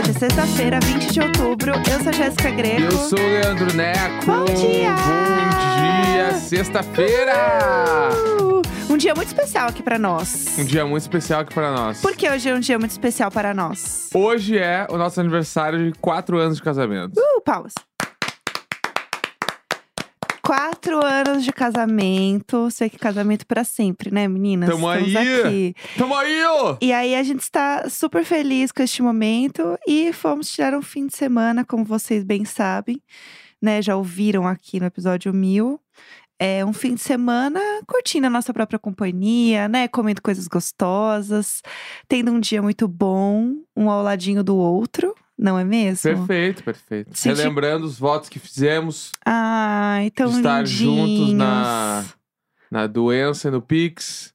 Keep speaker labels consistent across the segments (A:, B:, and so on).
A: é
B: um é sexta-feira, 20 de outubro. Eu sou Jéssica Greco.
A: Eu sou o Leandro Neco.
B: Bom dia!
A: Bom dia, sexta-feira!
B: Uh, Um dia muito especial aqui pra nós.
A: Um dia muito especial aqui para nós.
B: Porque hoje é um dia muito especial para nós.
A: Hoje é o nosso aniversário de 4 anos de casamento.
B: Uh, palmas. Quatro anos de casamento. Sei que casamento pra sempre, né, meninas?
A: Tamo
B: Estamos
A: aí!
B: aqui.
A: Tamo aí, ô!
B: E aí a gente está super feliz com este momento e fomos tirar um fim de semana, como vocês bem sabem, né? Já ouviram aqui no episódio 1000. É um fim de semana curtindo a nossa própria companhia, né? Comendo coisas gostosas, tendo um dia muito bom, um ao ladinho do outro, não é mesmo?
A: Perfeito, perfeito.
B: Senti-
A: Relembrando os votos que fizemos
B: Ai, tão
A: de estar juntos na,
B: lindinhos.
A: na doença e no Pix.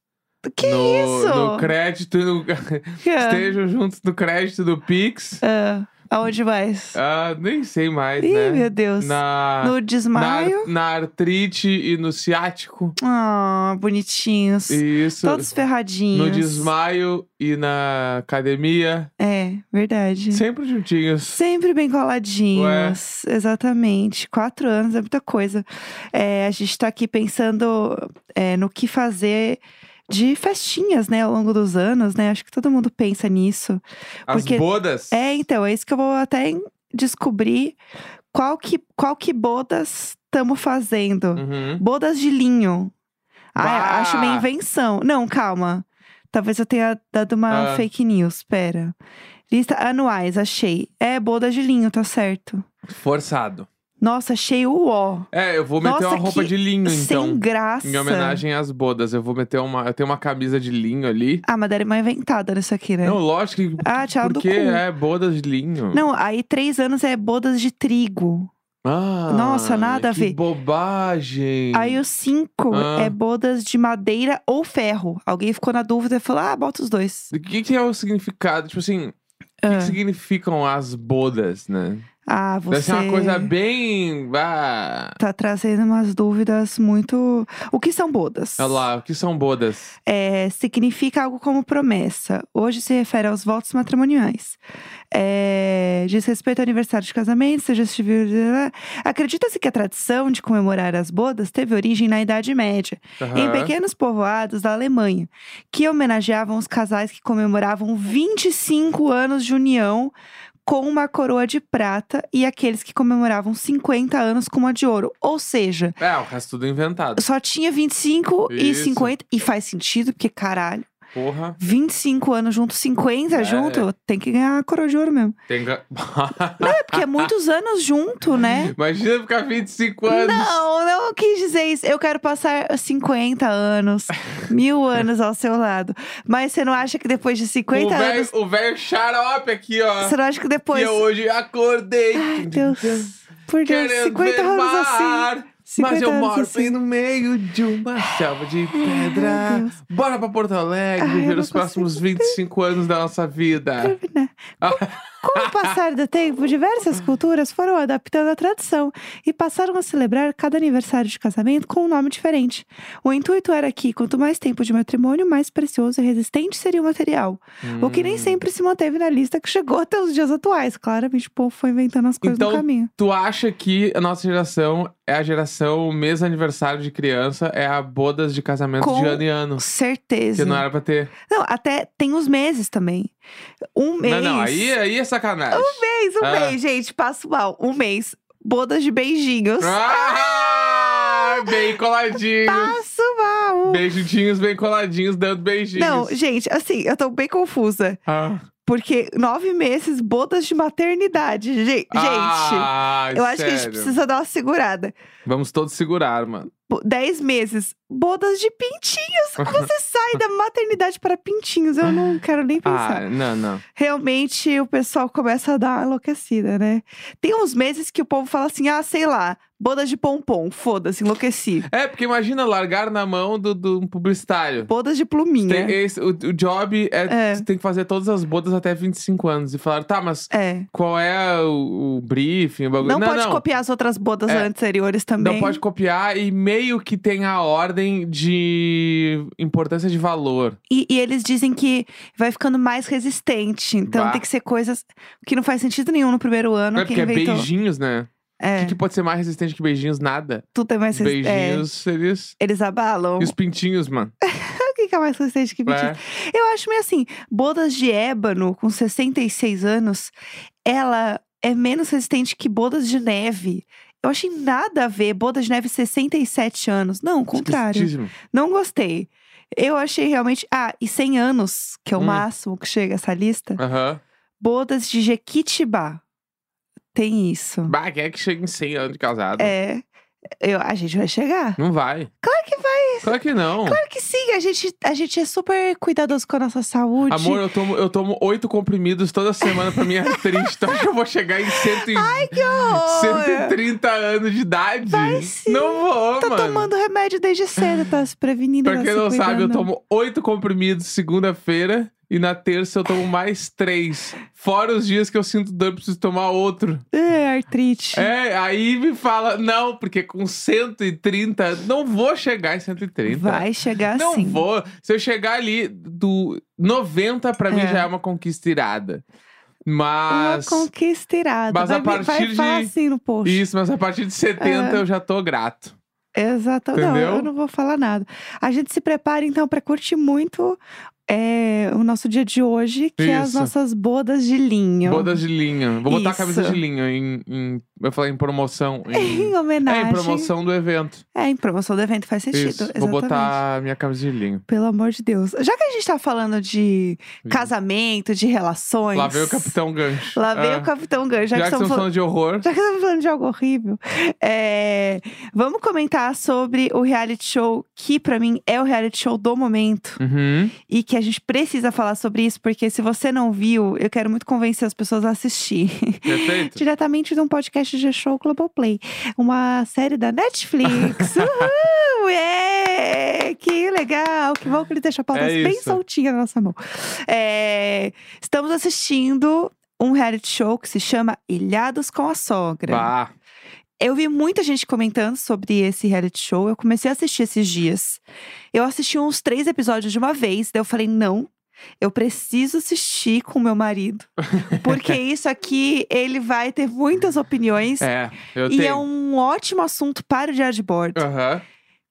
B: Que
A: no,
B: isso? É.
A: no crédito e no. Estejam juntos no crédito do Pix.
B: Ah, aonde mais?
A: Ah, nem sei mais,
B: Ih,
A: né?
B: meu Deus.
A: Na,
B: no
A: na,
B: desmaio.
A: ar- na artrite e no ciático.
B: Ah, bonitinhos.
A: Isso.
B: Todos ferradinhos.
A: No desmaio e na academia.
B: É, verdade.
A: Sempre juntinhos.
B: Sempre bem coladinhos. Exatamente. Quatro anos é muita coisa. É, a gente tá aqui pensando é, no que fazer de festinhas, né, ao longo dos anos, né? Acho que todo mundo pensa nisso.
A: As
B: Porque-
A: bodas.
B: É, então, é isso que eu vou até em- descobrir qual que, qual que bodas estamos fazendo.
A: Uhum.
B: Bodas de linho. Ai,
A: Bah!
B: acho uma invenção. Não, calma. Talvez eu tenha dado uma
A: Ah.
B: fake news, pera. Lista anuais, achei. É, boda de linho, tá certo.
A: Forçado.
B: Nossa, achei o ó.
A: É, eu vou meter
B: Nossa,
A: uma roupa
B: que
A: de linho,
B: Sem
A: então.
B: graça.
A: Em homenagem às bodas. Eu vou meter uma. Eu tenho uma camisa de linho ali.
B: Ah, mas deram uma inventada nisso aqui, né?
A: Não, lógico que.
B: ah, tchau do
A: Porque
B: cu.
A: é bodas de linho.
B: Não, aí três anos é bodas de trigo.
A: Ah,
B: Nossa, nada a
A: que
B: ver.
A: bobagem.
B: Aí os cinco
A: Ah.
B: é bodas de madeira ou ferro. Alguém ficou na dúvida e falou: ah, bota os dois.
A: O que, que é o significado? Tipo assim, o que, que significam as bodas, né?
B: Ah, você.
A: Deve ser uma coisa bem. Ah,
B: Tá trazendo umas dúvidas muito. O que são bodas?
A: olha lá, o que são bodas?
B: É, significa algo como promessa. Hoje se refere aos votos matrimoniais. É, diz respeito ao aniversário de casamento, seja estivil. Acredita-se que a tradição de comemorar as bodas teve origem na Idade Média, em
A: Aham.
B: pequenos povoados da Alemanha, que homenageavam os casais que comemoravam 25 anos de união com uma coroa de prata e aqueles que comemoravam 50 anos com uma de ouro. Ou seja,
A: É, o resto tudo inventado.
B: só tinha 25 e
A: Isso.
B: 50. E faz sentido, porque caralho.
A: Porra,
B: 25 anos junto, 50
A: É.
B: junto, tem que ganhar a coroa de ouro mesmo.
A: tem. ga-
B: É, porque
A: Ah,
B: é muitos anos junto, né?
A: Imagina ficar 25 anos.
B: Não, não quis dizer isso. Eu quero passar 50 anos, mil anos ao seu lado. Mas você não acha que depois de 50
A: o velho-
B: anos.
A: O velho xarope aqui, ó.
B: Você não acha que
A: E
B: depois.
A: eu hoje acordei.
B: Ai, Deus. Por Deus,
A: Querendo
B: 50
A: ver
B: anos assim.
A: mar,
B: 50
A: Mas eu
B: anos
A: moro
B: assim.
A: bem no meio de uma selva de
B: Ai,
A: pedra.
B: Deus.
A: Bora pra Porto Alegre
B: Ai, eu
A: ver
B: não
A: os próximos
B: consigo.
A: 25 anos da nossa vida.
B: Né? Com, com o passar do tempo, diversas culturas foram adaptando a tradição e passaram a celebrar cada aniversário de casamento com um nome diferente. O intuito era que, quanto mais tempo de matrimônio, mais precioso e resistente seria o material. O que nem
A: Hum.
B: sempre se manteve na lista que chegou até os dias atuais. Claramente, o povo foi inventando as coisas no
A: Então,
B: caminho.
A: Tu acha que a nossa geração é a geração mês aniversário de criança, é a bodas de casamento
B: Com
A: de ano e ano. Que
B: Certeza.
A: não era pra ter.
B: Não, até tem os meses também. Um mês.
A: Não, não, aí, aí é sacanagem.
B: Um mês, um
A: Ah.
B: mês, gente. Passo mal. Um mês. Bodas de beijinhos.
A: Ah, bem coladinhos.
B: Passo mal.
A: Bem juntinhos, bem coladinhos, dando beijinhos.
B: Não, gente, assim, eu tô bem confusa.
A: Ah.
B: Porque nove meses, bodas de maternidade. Ge- Gente,
A: Ah,
B: eu acho que a gente
A: sério.
B: precisa dar uma segurada.
A: Vamos todos segurar, mano.
B: Bo- Dez meses, bodas de pintinhos. Você sai da maternidade para pintinhos. Eu não quero nem pensar.
A: Ah, não, não.
B: Realmente, o pessoal começa a dar uma enlouquecida, né? Tem uns meses que o povo fala assim: ah, sei lá, bodas de pompom. Foda-se, enlouqueci.
A: É, porque imagina largar na mão do, do um publicitário.
B: Bodas de pluminha.
A: Tem esse- o, o job é,
B: É.
A: Tu tem que fazer todas as bodas até 25 anos. E falaram, tá, mas
B: É.
A: qual é o, o briefing, o bagulho?
B: Não, pode
A: não.
B: copiar as outras bodas
A: É.
B: anteriores também.
A: Não pode copiar e creio que tem a ordem de importância de valor.
B: E, e eles dizem que vai ficando mais resistente. Então
A: Bah.
B: tem que ser coisas que não faz sentido nenhum no primeiro ano.
A: Não é
B: quem
A: porque é
B: inventou
A: beijinhos, né? O
B: É,
A: que, que pode ser mais resistente que beijinhos? Nada.
B: tudo é mais resistente.
A: Beijinhos,
B: é.
A: eles.
B: eles abalam.
A: E os pintinhos, mano.
B: O que que é mais resistente que beijinhos?
A: É.
B: Eu acho meio assim, bodas de ébano com 66 anos, ela é menos resistente que bodas de neve. Eu achei nada a ver, bodas de neve 67 anos. Não, o contrário.
A: Esquisitíssimo.
B: Não gostei. Eu achei realmente. Ah, e 100 anos, que é o
A: Hum.
B: máximo que chega essa lista.
A: Aham.
B: Bodas de Jequitibá. Tem isso.
A: Bah, quem é que chega em 100 anos de casado?
B: É. Eu, a gente vai chegar.
A: Não vai.
B: Claro que vai.
A: Claro que não.
B: Claro que sim. A gente, a gente é super cuidadoso com a nossa saúde.
A: Amor, eu tomo, eu tomo oito comprimidos toda semana pra minha artrite. Então eu vou chegar em cento e-
B: Oh,
A: 130 anos de idade.
B: Vai sim.
A: Não vou,
B: Tá
A: mano.
B: tomando remédio desde cedo, tá se prevenindo.
A: Pra
B: tá
A: quem
B: se
A: não sabe, eu
B: cuidando.
A: tomo oito comprimidos segunda-feira e na terça eu tomo mais três. Fora os dias que eu sinto dor, eu preciso tomar outro.
B: É, artrite.
A: É, aí me fala, não, porque com 130, não vou chegar em 130.
B: Vai assim. chegar
A: então. Não
B: sim.
A: vou. Se eu chegar ali do 90, pra mim
B: É.
A: já é uma conquista irada.
B: Uma
A: Mas.
B: conquista irada.
A: mas
B: vai,
A: a
B: me- vai
A: partir
B: falar
A: de-
B: assim no post.
A: Isso, mas a partir de
B: É.
A: 70 eu já tô grato.
B: Exato. Não,
A: Entendeu?
B: eu não vou falar nada. A gente se prepara, então, pra curtir muito é, o nosso dia de hoje, que é as
A: Isso.
B: nossas bodas de linho.
A: Bodas de linho. Vou botar a camisa
B: Isso.
A: de linho em. em- eu falei em promoção. Em,
B: Em
A: é,
B: homenagem.
A: em promoção do evento.
B: É, em promoção do evento, faz sentido.
A: Isso.
B: Exatamente.
A: Vou botar minha camisa de linho.
B: Pelo amor de Deus. Já que a gente tá falando de
A: Isso.
B: casamento, de relações.
A: Hum. Lá veio o Capitão Gancho.
B: Lá veio
A: É.
B: o Capitão Gancho.
A: Já
B: Já, que
A: que
B: estamos
A: estamos falando
B: falando...
A: de horror.
B: Já que estamos falando de algo horrível, é, vamos comentar sobre o reality show que, pra mim, é o reality show do momento
A: Uhum.
B: e que a gente precisa falar sobre isso, porque se você não viu, eu quero muito convencer as pessoas a assistir.
A: Perfeito.
B: Diretamente de um podcast de show Globoplay, uma série da Netflix. Uhul! Yeah! Que legal! Que bom que ele deixa a pauta
A: É
B: bem
A: isso.
B: soltinha na nossa mão. É, Estamos assistindo um reality show que se chama Ilhados com a Sogra.
A: Bah.
B: Eu vi muita gente comentando sobre esse reality show. Eu comecei a assistir esses dias. Eu assisti uns três episódios de uma vez. Daí eu falei, não, eu preciso assistir com meu marido. Porque isso aqui, ele vai ter muitas opiniões.
A: É, eu
B: e
A: tenho. Ah.
B: é um ótimo assunto para o diário de bordo.
A: Aham.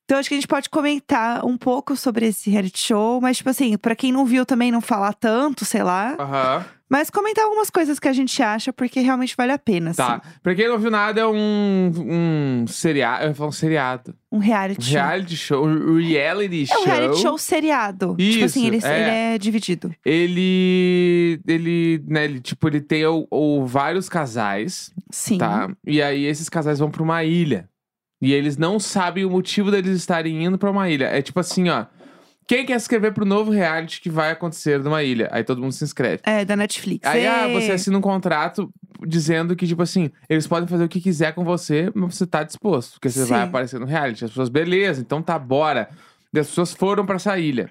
B: Então acho que a gente pode comentar um pouco sobre esse reality show. Mas tipo assim, pra quem não viu também, não falar tanto, sei lá.
A: Aham.
B: Mas comentar algumas coisas que a gente acha, porque realmente vale a pena,
A: Tá.
B: assim.
A: Pra quem não viu nada, é um, um seriado. Eu ia falar um seriado.
B: Um
A: Um
B: reality show.
A: reality show. um Reality
B: É
A: show.
B: um reality show seriado. tipo assim,
A: Isso,
B: ele
A: é.
B: ele é dividido.
A: Ele. Ele. Né, ele tipo, ele tem o, o vários casais,
B: Sim.
A: tá? E aí esses casais vão pra uma ilha. E eles não sabem o motivo deles estarem indo pra uma ilha. É tipo assim, ó. Quem quer se inscrever pro novo reality que vai acontecer numa ilha? Aí todo mundo se inscreve.
B: É, da Netflix. É.
A: Aí, ah,
B: Ê!
A: você assina um contrato dizendo que, tipo assim, eles podem fazer o que quiser com você, mas você tá disposto. Porque você
B: Sim.
A: vai aparecer no reality. As pessoas, beleza, então tá, bora. E as pessoas foram pra essa ilha.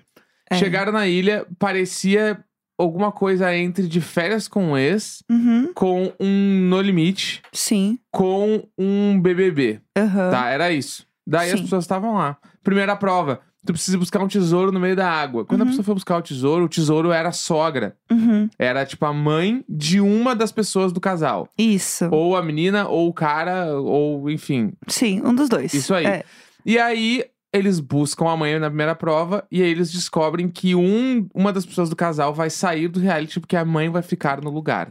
B: É.
A: Chegaram na ilha, parecia alguma coisa entre de férias com o ex,
B: Uhum,
A: com um No Limite,
B: sim.
A: com um BBB.
B: Aham.
A: Tá, era isso. Daí as
B: Sim.
A: pessoas estavam lá. Primeira prova. Tu precisa buscar um tesouro no meio da água. Quando
B: Uhum.
A: a pessoa foi buscar o tesouro, o tesouro era a sogra.
B: Uhum.
A: Era tipo a mãe de uma das pessoas do casal.
B: Isso.
A: Ou a menina, ou o cara, ou enfim.
B: Sim, um dos dois.
A: Isso aí.
B: É.
A: E aí eles buscam a mãe na primeira prova e aí eles descobrem que um, uma das pessoas do casal vai sair do reality porque a mãe vai ficar no lugar.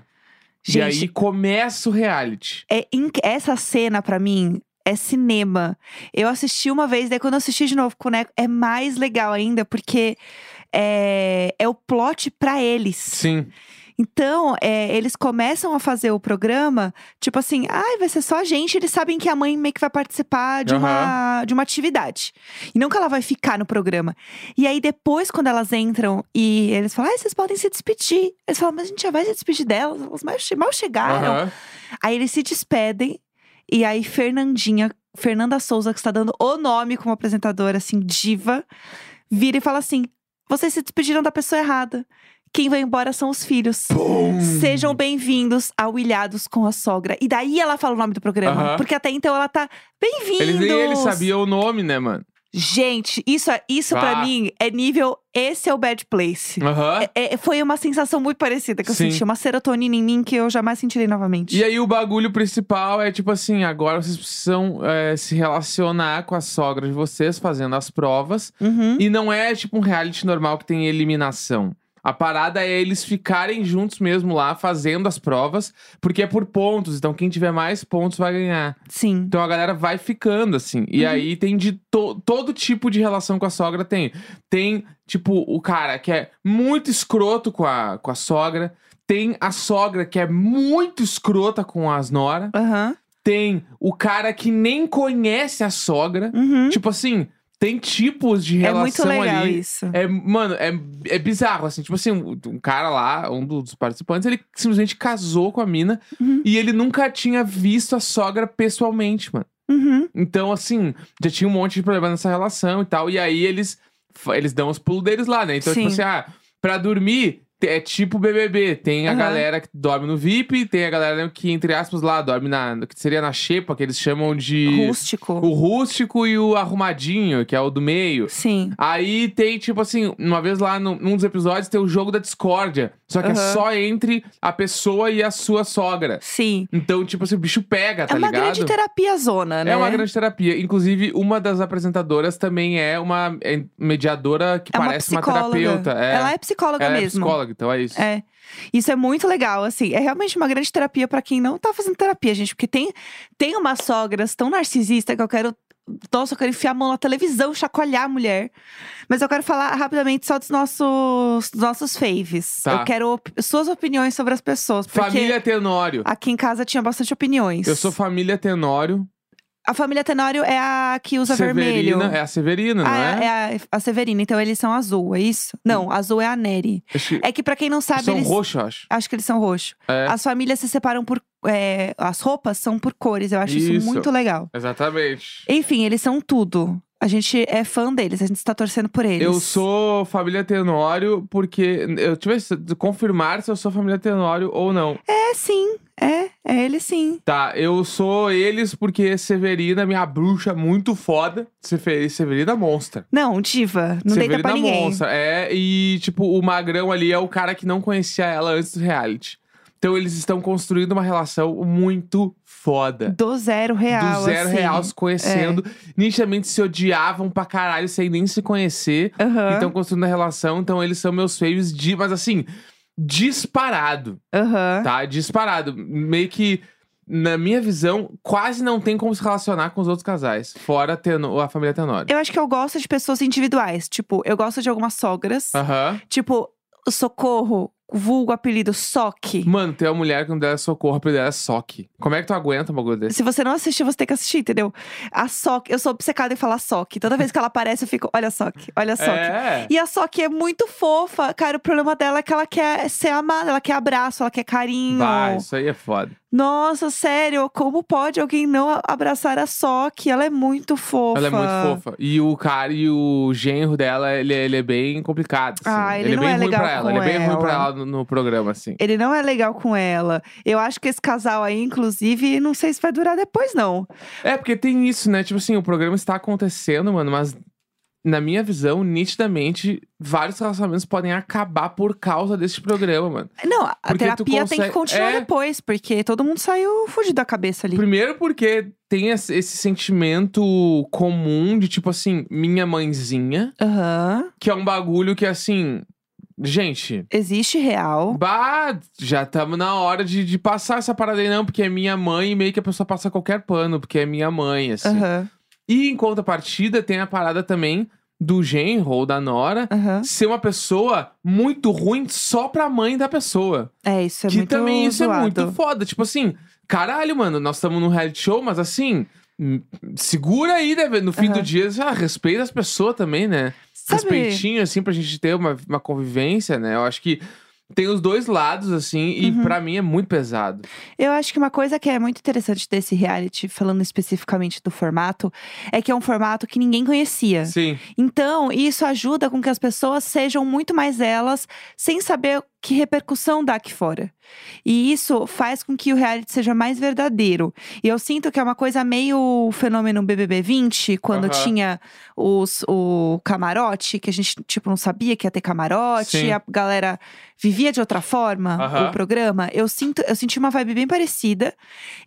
A: e aí
B: Gente,
A: começa o reality.
B: é inc- essa cena pra mim é cinema. Eu assisti uma vez, daí quando eu assisti de novo com o Neco, é mais legal ainda, porque é, é o plot pra eles.
A: Sim.
B: Então, é, eles começam a fazer o programa, tipo assim, ai, vai ser só a gente. Eles sabem que a mãe meio que vai participar de, uma, de uma atividade. E não que ela vai ficar no programa. E aí, depois, quando elas entram e eles falam, ai, vocês podem se despedir. Eles falam, mas a gente já vai se despedir delas, elas mal, che- mal chegaram.
A: Aham.
B: Aí eles se despedem, e aí Fernandinha, Fernanda Souza, que está dando o nome como apresentadora, assim, diva, vira e fala assim: vocês se despediram da pessoa errada. Quem vai embora são os filhos. Sejam bem-vindos a Wilhados com a Sogra. E daí ela fala o nome do programa.
A: Aham.
B: Porque até então ela tá. Bem-vindos!
A: Eles, nem eles sabiam o nome, né, mano?
B: Gente, isso, é- isso pra
A: Ah.
B: mim é nível. Esse é o Bad Place.
A: Aham.
B: É- é- foi uma sensação muito parecida que eu
A: Sim.
B: senti. Uma serotonina em mim que eu jamais sentirei novamente.
A: E aí o bagulho principal é tipo assim, agora vocês precisam é, se relacionar com a sogra de vocês fazendo as provas.
B: Uhum.
A: E não é tipo um reality normal que tem eliminação. A parada é eles ficarem juntos mesmo lá fazendo as provas, porque é por pontos, então quem tiver mais pontos vai ganhar.
B: Sim.
A: Então a galera vai ficando assim. E
B: Uhum.
A: aí tem de to- todo tipo de relação com a sogra tem. Tem tipo o cara que é muito escroto com a com a sogra, tem a sogra que é muito escrota com as nora,
B: Aham.
A: tem o cara que nem conhece a sogra.
B: Uhum.
A: Tipo assim, tem tipos de
B: É
A: relação
B: muito legal
A: ali.
B: isso.
A: É, mano, é, é bizarro, assim. Tipo assim, um, um cara lá, um dos participantes, ele simplesmente casou com a mina
B: Uhum.
A: e ele nunca tinha visto a sogra pessoalmente, mano.
B: Uhum.
A: Então, assim, já tinha um monte de problema nessa relação e tal. E aí eles, fa- eles dão os pulos deles lá, né? Então,
B: Sim.
A: tipo assim, ah, pra dormir. te- É tipo BBB, tem a
B: Aham.
A: galera que dorme no VIP, tem a galera né, que, entre aspas, lá dorme na. no que seria na xepa, que eles chamam de.
B: Rústico.
A: O rústico e o arrumadinho, que é o do meio.
B: Sim.
A: Aí tem, tipo assim, uma vez lá no, num dos episódios tem o jogo da discórdia. Só que é
B: Aham.
A: só entre a pessoa e a sua sogra.
B: Sim.
A: Então, tipo assim, o bicho pega, tá
B: é uma
A: ligado?
B: grande terapia zona, né?
A: É uma grande terapia. Inclusive, uma das apresentadoras também é uma é, mediadora que
B: É uma
A: parece uma
B: psicóloga.
A: terapeuta. É.
B: Ela é psicóloga
A: Ela é
B: mesmo.
A: psicóloga, então é isso.
B: É. Isso é muito legal, assim. É realmente uma grande terapia pra quem não tá fazendo terapia, gente. Porque tem, tem umas sogras tão narcisista que eu quero. Nossa, eu quero enfiar a mão na televisão, chacoalhar a mulher. Mas eu quero falar rapidamente só dos nossos, dos nossos faves.
A: Tá.
B: Eu quero op- suas opiniões sobre as pessoas. Porque Ah,
A: família Tenório.
B: aqui em casa tinha bastante opiniões.
A: Eu sou família Tenório.
B: A família Tenório é a que usa vermelho.
A: Severina. É a Severina, não
B: Ah,
A: é?
B: é a, a Severina, então eles são azul, é isso? Não, azul é a Neri.
A: Acho que-
B: É que pra quem não sabe,
A: São
B: eles.
A: roxo, eu acho.
B: Acho que eles são roxo.
A: É.
B: As famílias se separam por. é, as roupas são por cores, eu acho isso,
A: Isso.
B: muito legal.
A: Exatamente.
B: Enfim, eles são tudo. A gente é fã deles, a gente está torcendo por eles.
A: Eu sou família Tenório porque eu tive que confirmar se eu sou família Tenório ou não.
B: É sim, é, é ele sim.
A: Tá, eu sou eles porque Severina, minha bruxa muito foda. Sefe- Severina monstra.
B: Não, diva, não deita
A: Severina
B: pra ninguém.
A: monstra. É, e tipo, o magrão ali é o cara que não conhecia ela antes do reality. Então eles estão construindo uma relação muito foda.
B: Do zero real.
A: do zero
B: assim. é.
A: real se conhecendo. Nitidamente se odiavam pra caralho sem nem se conhecer.
B: Aham,
A: Então, construindo a relação, então eles são meus faves de, mas assim, disparado,
B: aham.
A: tá? Disparado. Meio que, na minha visão, quase não tem como se relacionar com os outros casais, fora Teno- a família Tenório.
B: Eu acho que eu gosto de pessoas individuais. Tipo, eu gosto de algumas sogras.
A: Aham.
B: Tipo, socorro, vulgo apelido Soque.
A: Mano, tem uma mulher que não dela é socorro, pra dela é soque. Como é que tu aguenta um bagulho desse?
B: Se você não assistiu, você tem que assistir, entendeu? A Soque, eu sou obcecada em falar Soque. Toda vez que ela aparece, eu fico, olha a Soque, olha a Soque.
A: É.
B: E a Soque é muito fofa. Cara, o problema dela é que ela quer ser amada, ela quer abraço, ela quer carinho.
A: Vai, isso aí é foda.
B: Nossa, sério, como pode alguém não a- abraçar a Soque? Ela é muito fofa.
A: Ela é muito fofa. E o cara e o genro dela, ele, ele é bem complicado. assim.
B: Ah, ele
A: é
B: não
A: bem
B: é
A: ruim
B: legal
A: pra ela. Ele é
B: com
A: bem ruim pra
B: ela.
A: ela no, no programa, assim.
B: Ele não é legal com ela. Eu acho que esse casal aí, inclusive, não sei se vai durar depois, não.
A: É, porque tem isso, né? Tipo assim, o programa está acontecendo, mano, mas na minha visão, nitidamente, vários relacionamentos podem acabar por causa desse programa, mano.
B: Não, a
A: Porque tu
B: terapia tem que
A: consegue-
B: continuar
A: é.
B: depois, porque todo mundo saiu fugido da cabeça ali.
A: Primeiro porque tem esse esse sentimento comum de tipo assim, minha mãezinha,
B: Aham.
A: que é um bagulho que assim, gente,
B: Existe real.
A: bah, já estamos na hora de, de passar essa parada aí não, porque é minha mãe e meio que a pessoa passa qualquer pano, porque é minha mãe, assim.
B: Aham.
A: E em contrapartida tem a parada também do genro ou da nora,
B: Aham.
A: ser uma pessoa muito ruim só pra mãe da pessoa.
B: É, isso é
A: que
B: muito
A: também isso é
B: zoado.
A: muito foda. Tipo assim, caralho, mano, nós estamos num reality show, mas assim. hum, Segura aí, né? velho? No fim
B: Aham.
A: do dia, ah, respeita as pessoas também, né?
B: Sabe,
A: Respeitinho, assim, pra gente ter uma, uma convivência, né? Eu acho que tem os dois lados, assim, e
B: Uhum.
A: pra mim é muito pesado.
B: Eu acho que uma coisa que é muito interessante desse reality, falando especificamente do formato, é que é um formato que ninguém conhecia.
A: Sim.
B: Então, isso ajuda com que as pessoas sejam muito mais elas, sem saber que repercussão dá aqui fora. E isso faz com que o reality seja mais verdadeiro. E eu sinto que é uma coisa meio o fenômeno BBB 20, quando
A: Aham.
B: tinha os, o camarote, que a gente, tipo, não sabia que ia ter camarote,
A: Sim.
B: a galera vivia de outra forma
A: Aham.
B: o programa. Eu, sinto, eu senti uma vibe bem parecida.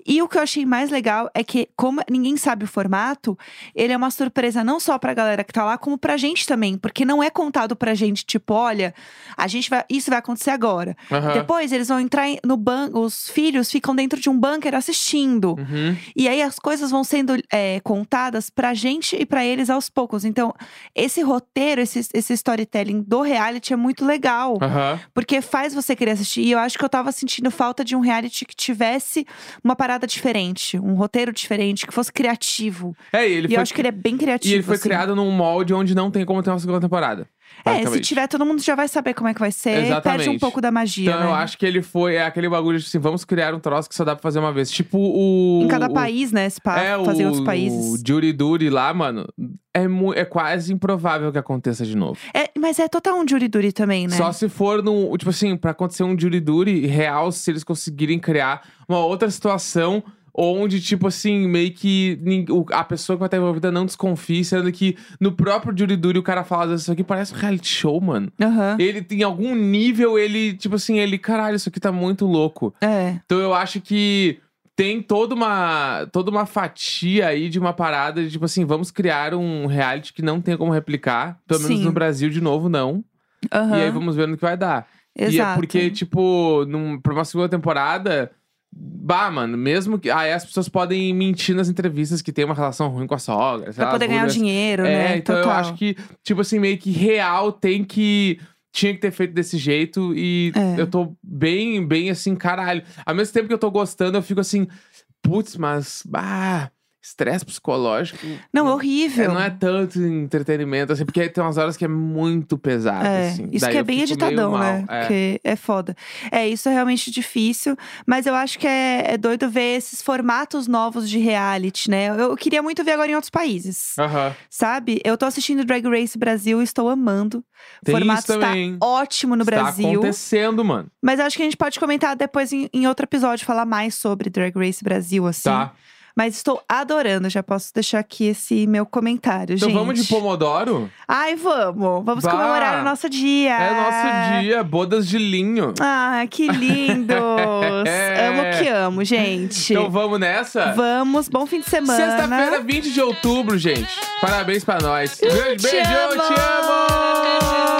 B: E o que eu achei mais legal é que, como ninguém sabe o formato, ele é uma surpresa não só pra galera que tá lá, como pra gente também. Porque não é contado pra gente, tipo, olha, a gente vai. Isso vai acontecer agora.
A: Aham.
B: Depois eles vão entrar em- no banco. Os filhos ficam dentro de um bunker assistindo.
A: Uhum.
B: E aí as coisas vão sendo é, contadas pra gente e pra eles aos poucos. Então, esse roteiro, esse, esse storytelling do reality é muito legal.
A: Aham.
B: Porque faz você querer assistir. E eu acho que eu tava sentindo falta de um reality que tivesse uma parada diferente, um roteiro diferente, que fosse criativo.
A: É, e ele
B: e
A: foi,
B: eu acho que ele é bem criativo.
A: e ele foi
B: assim.
A: criado num molde onde não tem como ter uma segunda temporada.
B: É, se
A: basicamente.
B: tiver, todo mundo já vai saber como é que vai ser. Perde um
A: Exatamente.
B: pouco da magia.
A: Então
B: né?
A: eu acho que ele foi é aquele bagulho de assim, vamos criar um troço que só dá pra fazer uma vez. Tipo o.
B: Em cada
A: o-
B: país, né? Se pá,
A: É,
B: fazer em
A: o,
B: outros
A: O
B: países.
A: Jury Duty lá, mano, é, mu- é quase improvável que aconteça de novo.
B: É, mas é total um juriduri também, né?
A: Só se for num. Tipo assim, pra acontecer um Jury Duty real, se eles conseguirem criar uma outra situação onde, tipo assim, meio que nin- o- a pessoa que vai estar envolvida não desconfie, sendo que no próprio Jury Duty o cara fala às vezes, isso aqui parece um reality show, mano.
B: Aham.
A: Ele, em algum nível, ele, tipo assim, ele, caralho, isso aqui tá muito louco.
B: É.
A: Então eu acho que tem toda uma, toda uma fatia aí de uma parada de tipo assim, vamos criar um reality que não tem como replicar, pelo menos
B: Sim.
A: no Brasil de novo não.
B: Aham.
A: E aí vamos ver no que vai dar. E
B: Exato.
A: é porque tipo, num, pra uma segunda temporada, bah, mano, mesmo que aí as pessoas podem mentir nas entrevistas que tem uma relação ruim com a sogra, sei
B: Pra
A: lá,
B: poder
A: as
B: ganhar o
A: rugas.
B: dinheiro, né?
A: É, então
B: total.
A: eu acho que tipo assim, meio que real tem que tinha que ter feito desse jeito e
B: É.
A: eu tô bem, bem assim, caralho. Ao mesmo tempo que eu tô gostando, eu fico assim, putz, mas bah, estresse psicológico.
B: Não, é
A: É,
B: horrível.
A: não é tanto entretenimento, assim, porque tem umas horas que é muito pesado,
B: É,
A: assim.
B: isso
A: Daí
B: que é
A: eu
B: bem
A: fico meio
B: editadão, né?
A: mal. É.
B: Porque é foda. É, isso é realmente difícil, mas eu acho que é, é doido ver esses formatos novos de reality, né? Eu, eu queria muito ver agora em outros países,
A: Aham.
B: sabe? Eu tô assistindo Drag Race Brasil e estou amando. O
A: Tem
B: formato
A: isso também.
B: está ótimo tá no
A: Está
B: Brasil.
A: acontecendo, mano.
B: Mas eu acho que a gente pode comentar depois em, em outro episódio, falar mais sobre Drag Race Brasil, assim.
A: Tá.
B: Mas estou adorando, já posso deixar aqui esse meu comentário,
A: Então
B: gente.
A: vamos de Pomodoro?
B: Ai, vamos! Vamos
A: Vá.
B: comemorar o nosso dia!
A: É nosso dia, bodas de linho.
B: Ah, que lindos! amo que amo, gente.
A: Então vamos nessa?
B: Vamos, né? bom fim de semana.
A: Sexta-feira, 20 de outubro, gente. Parabéns pra nós. Grande beijo,
B: te amo!
A: te amo!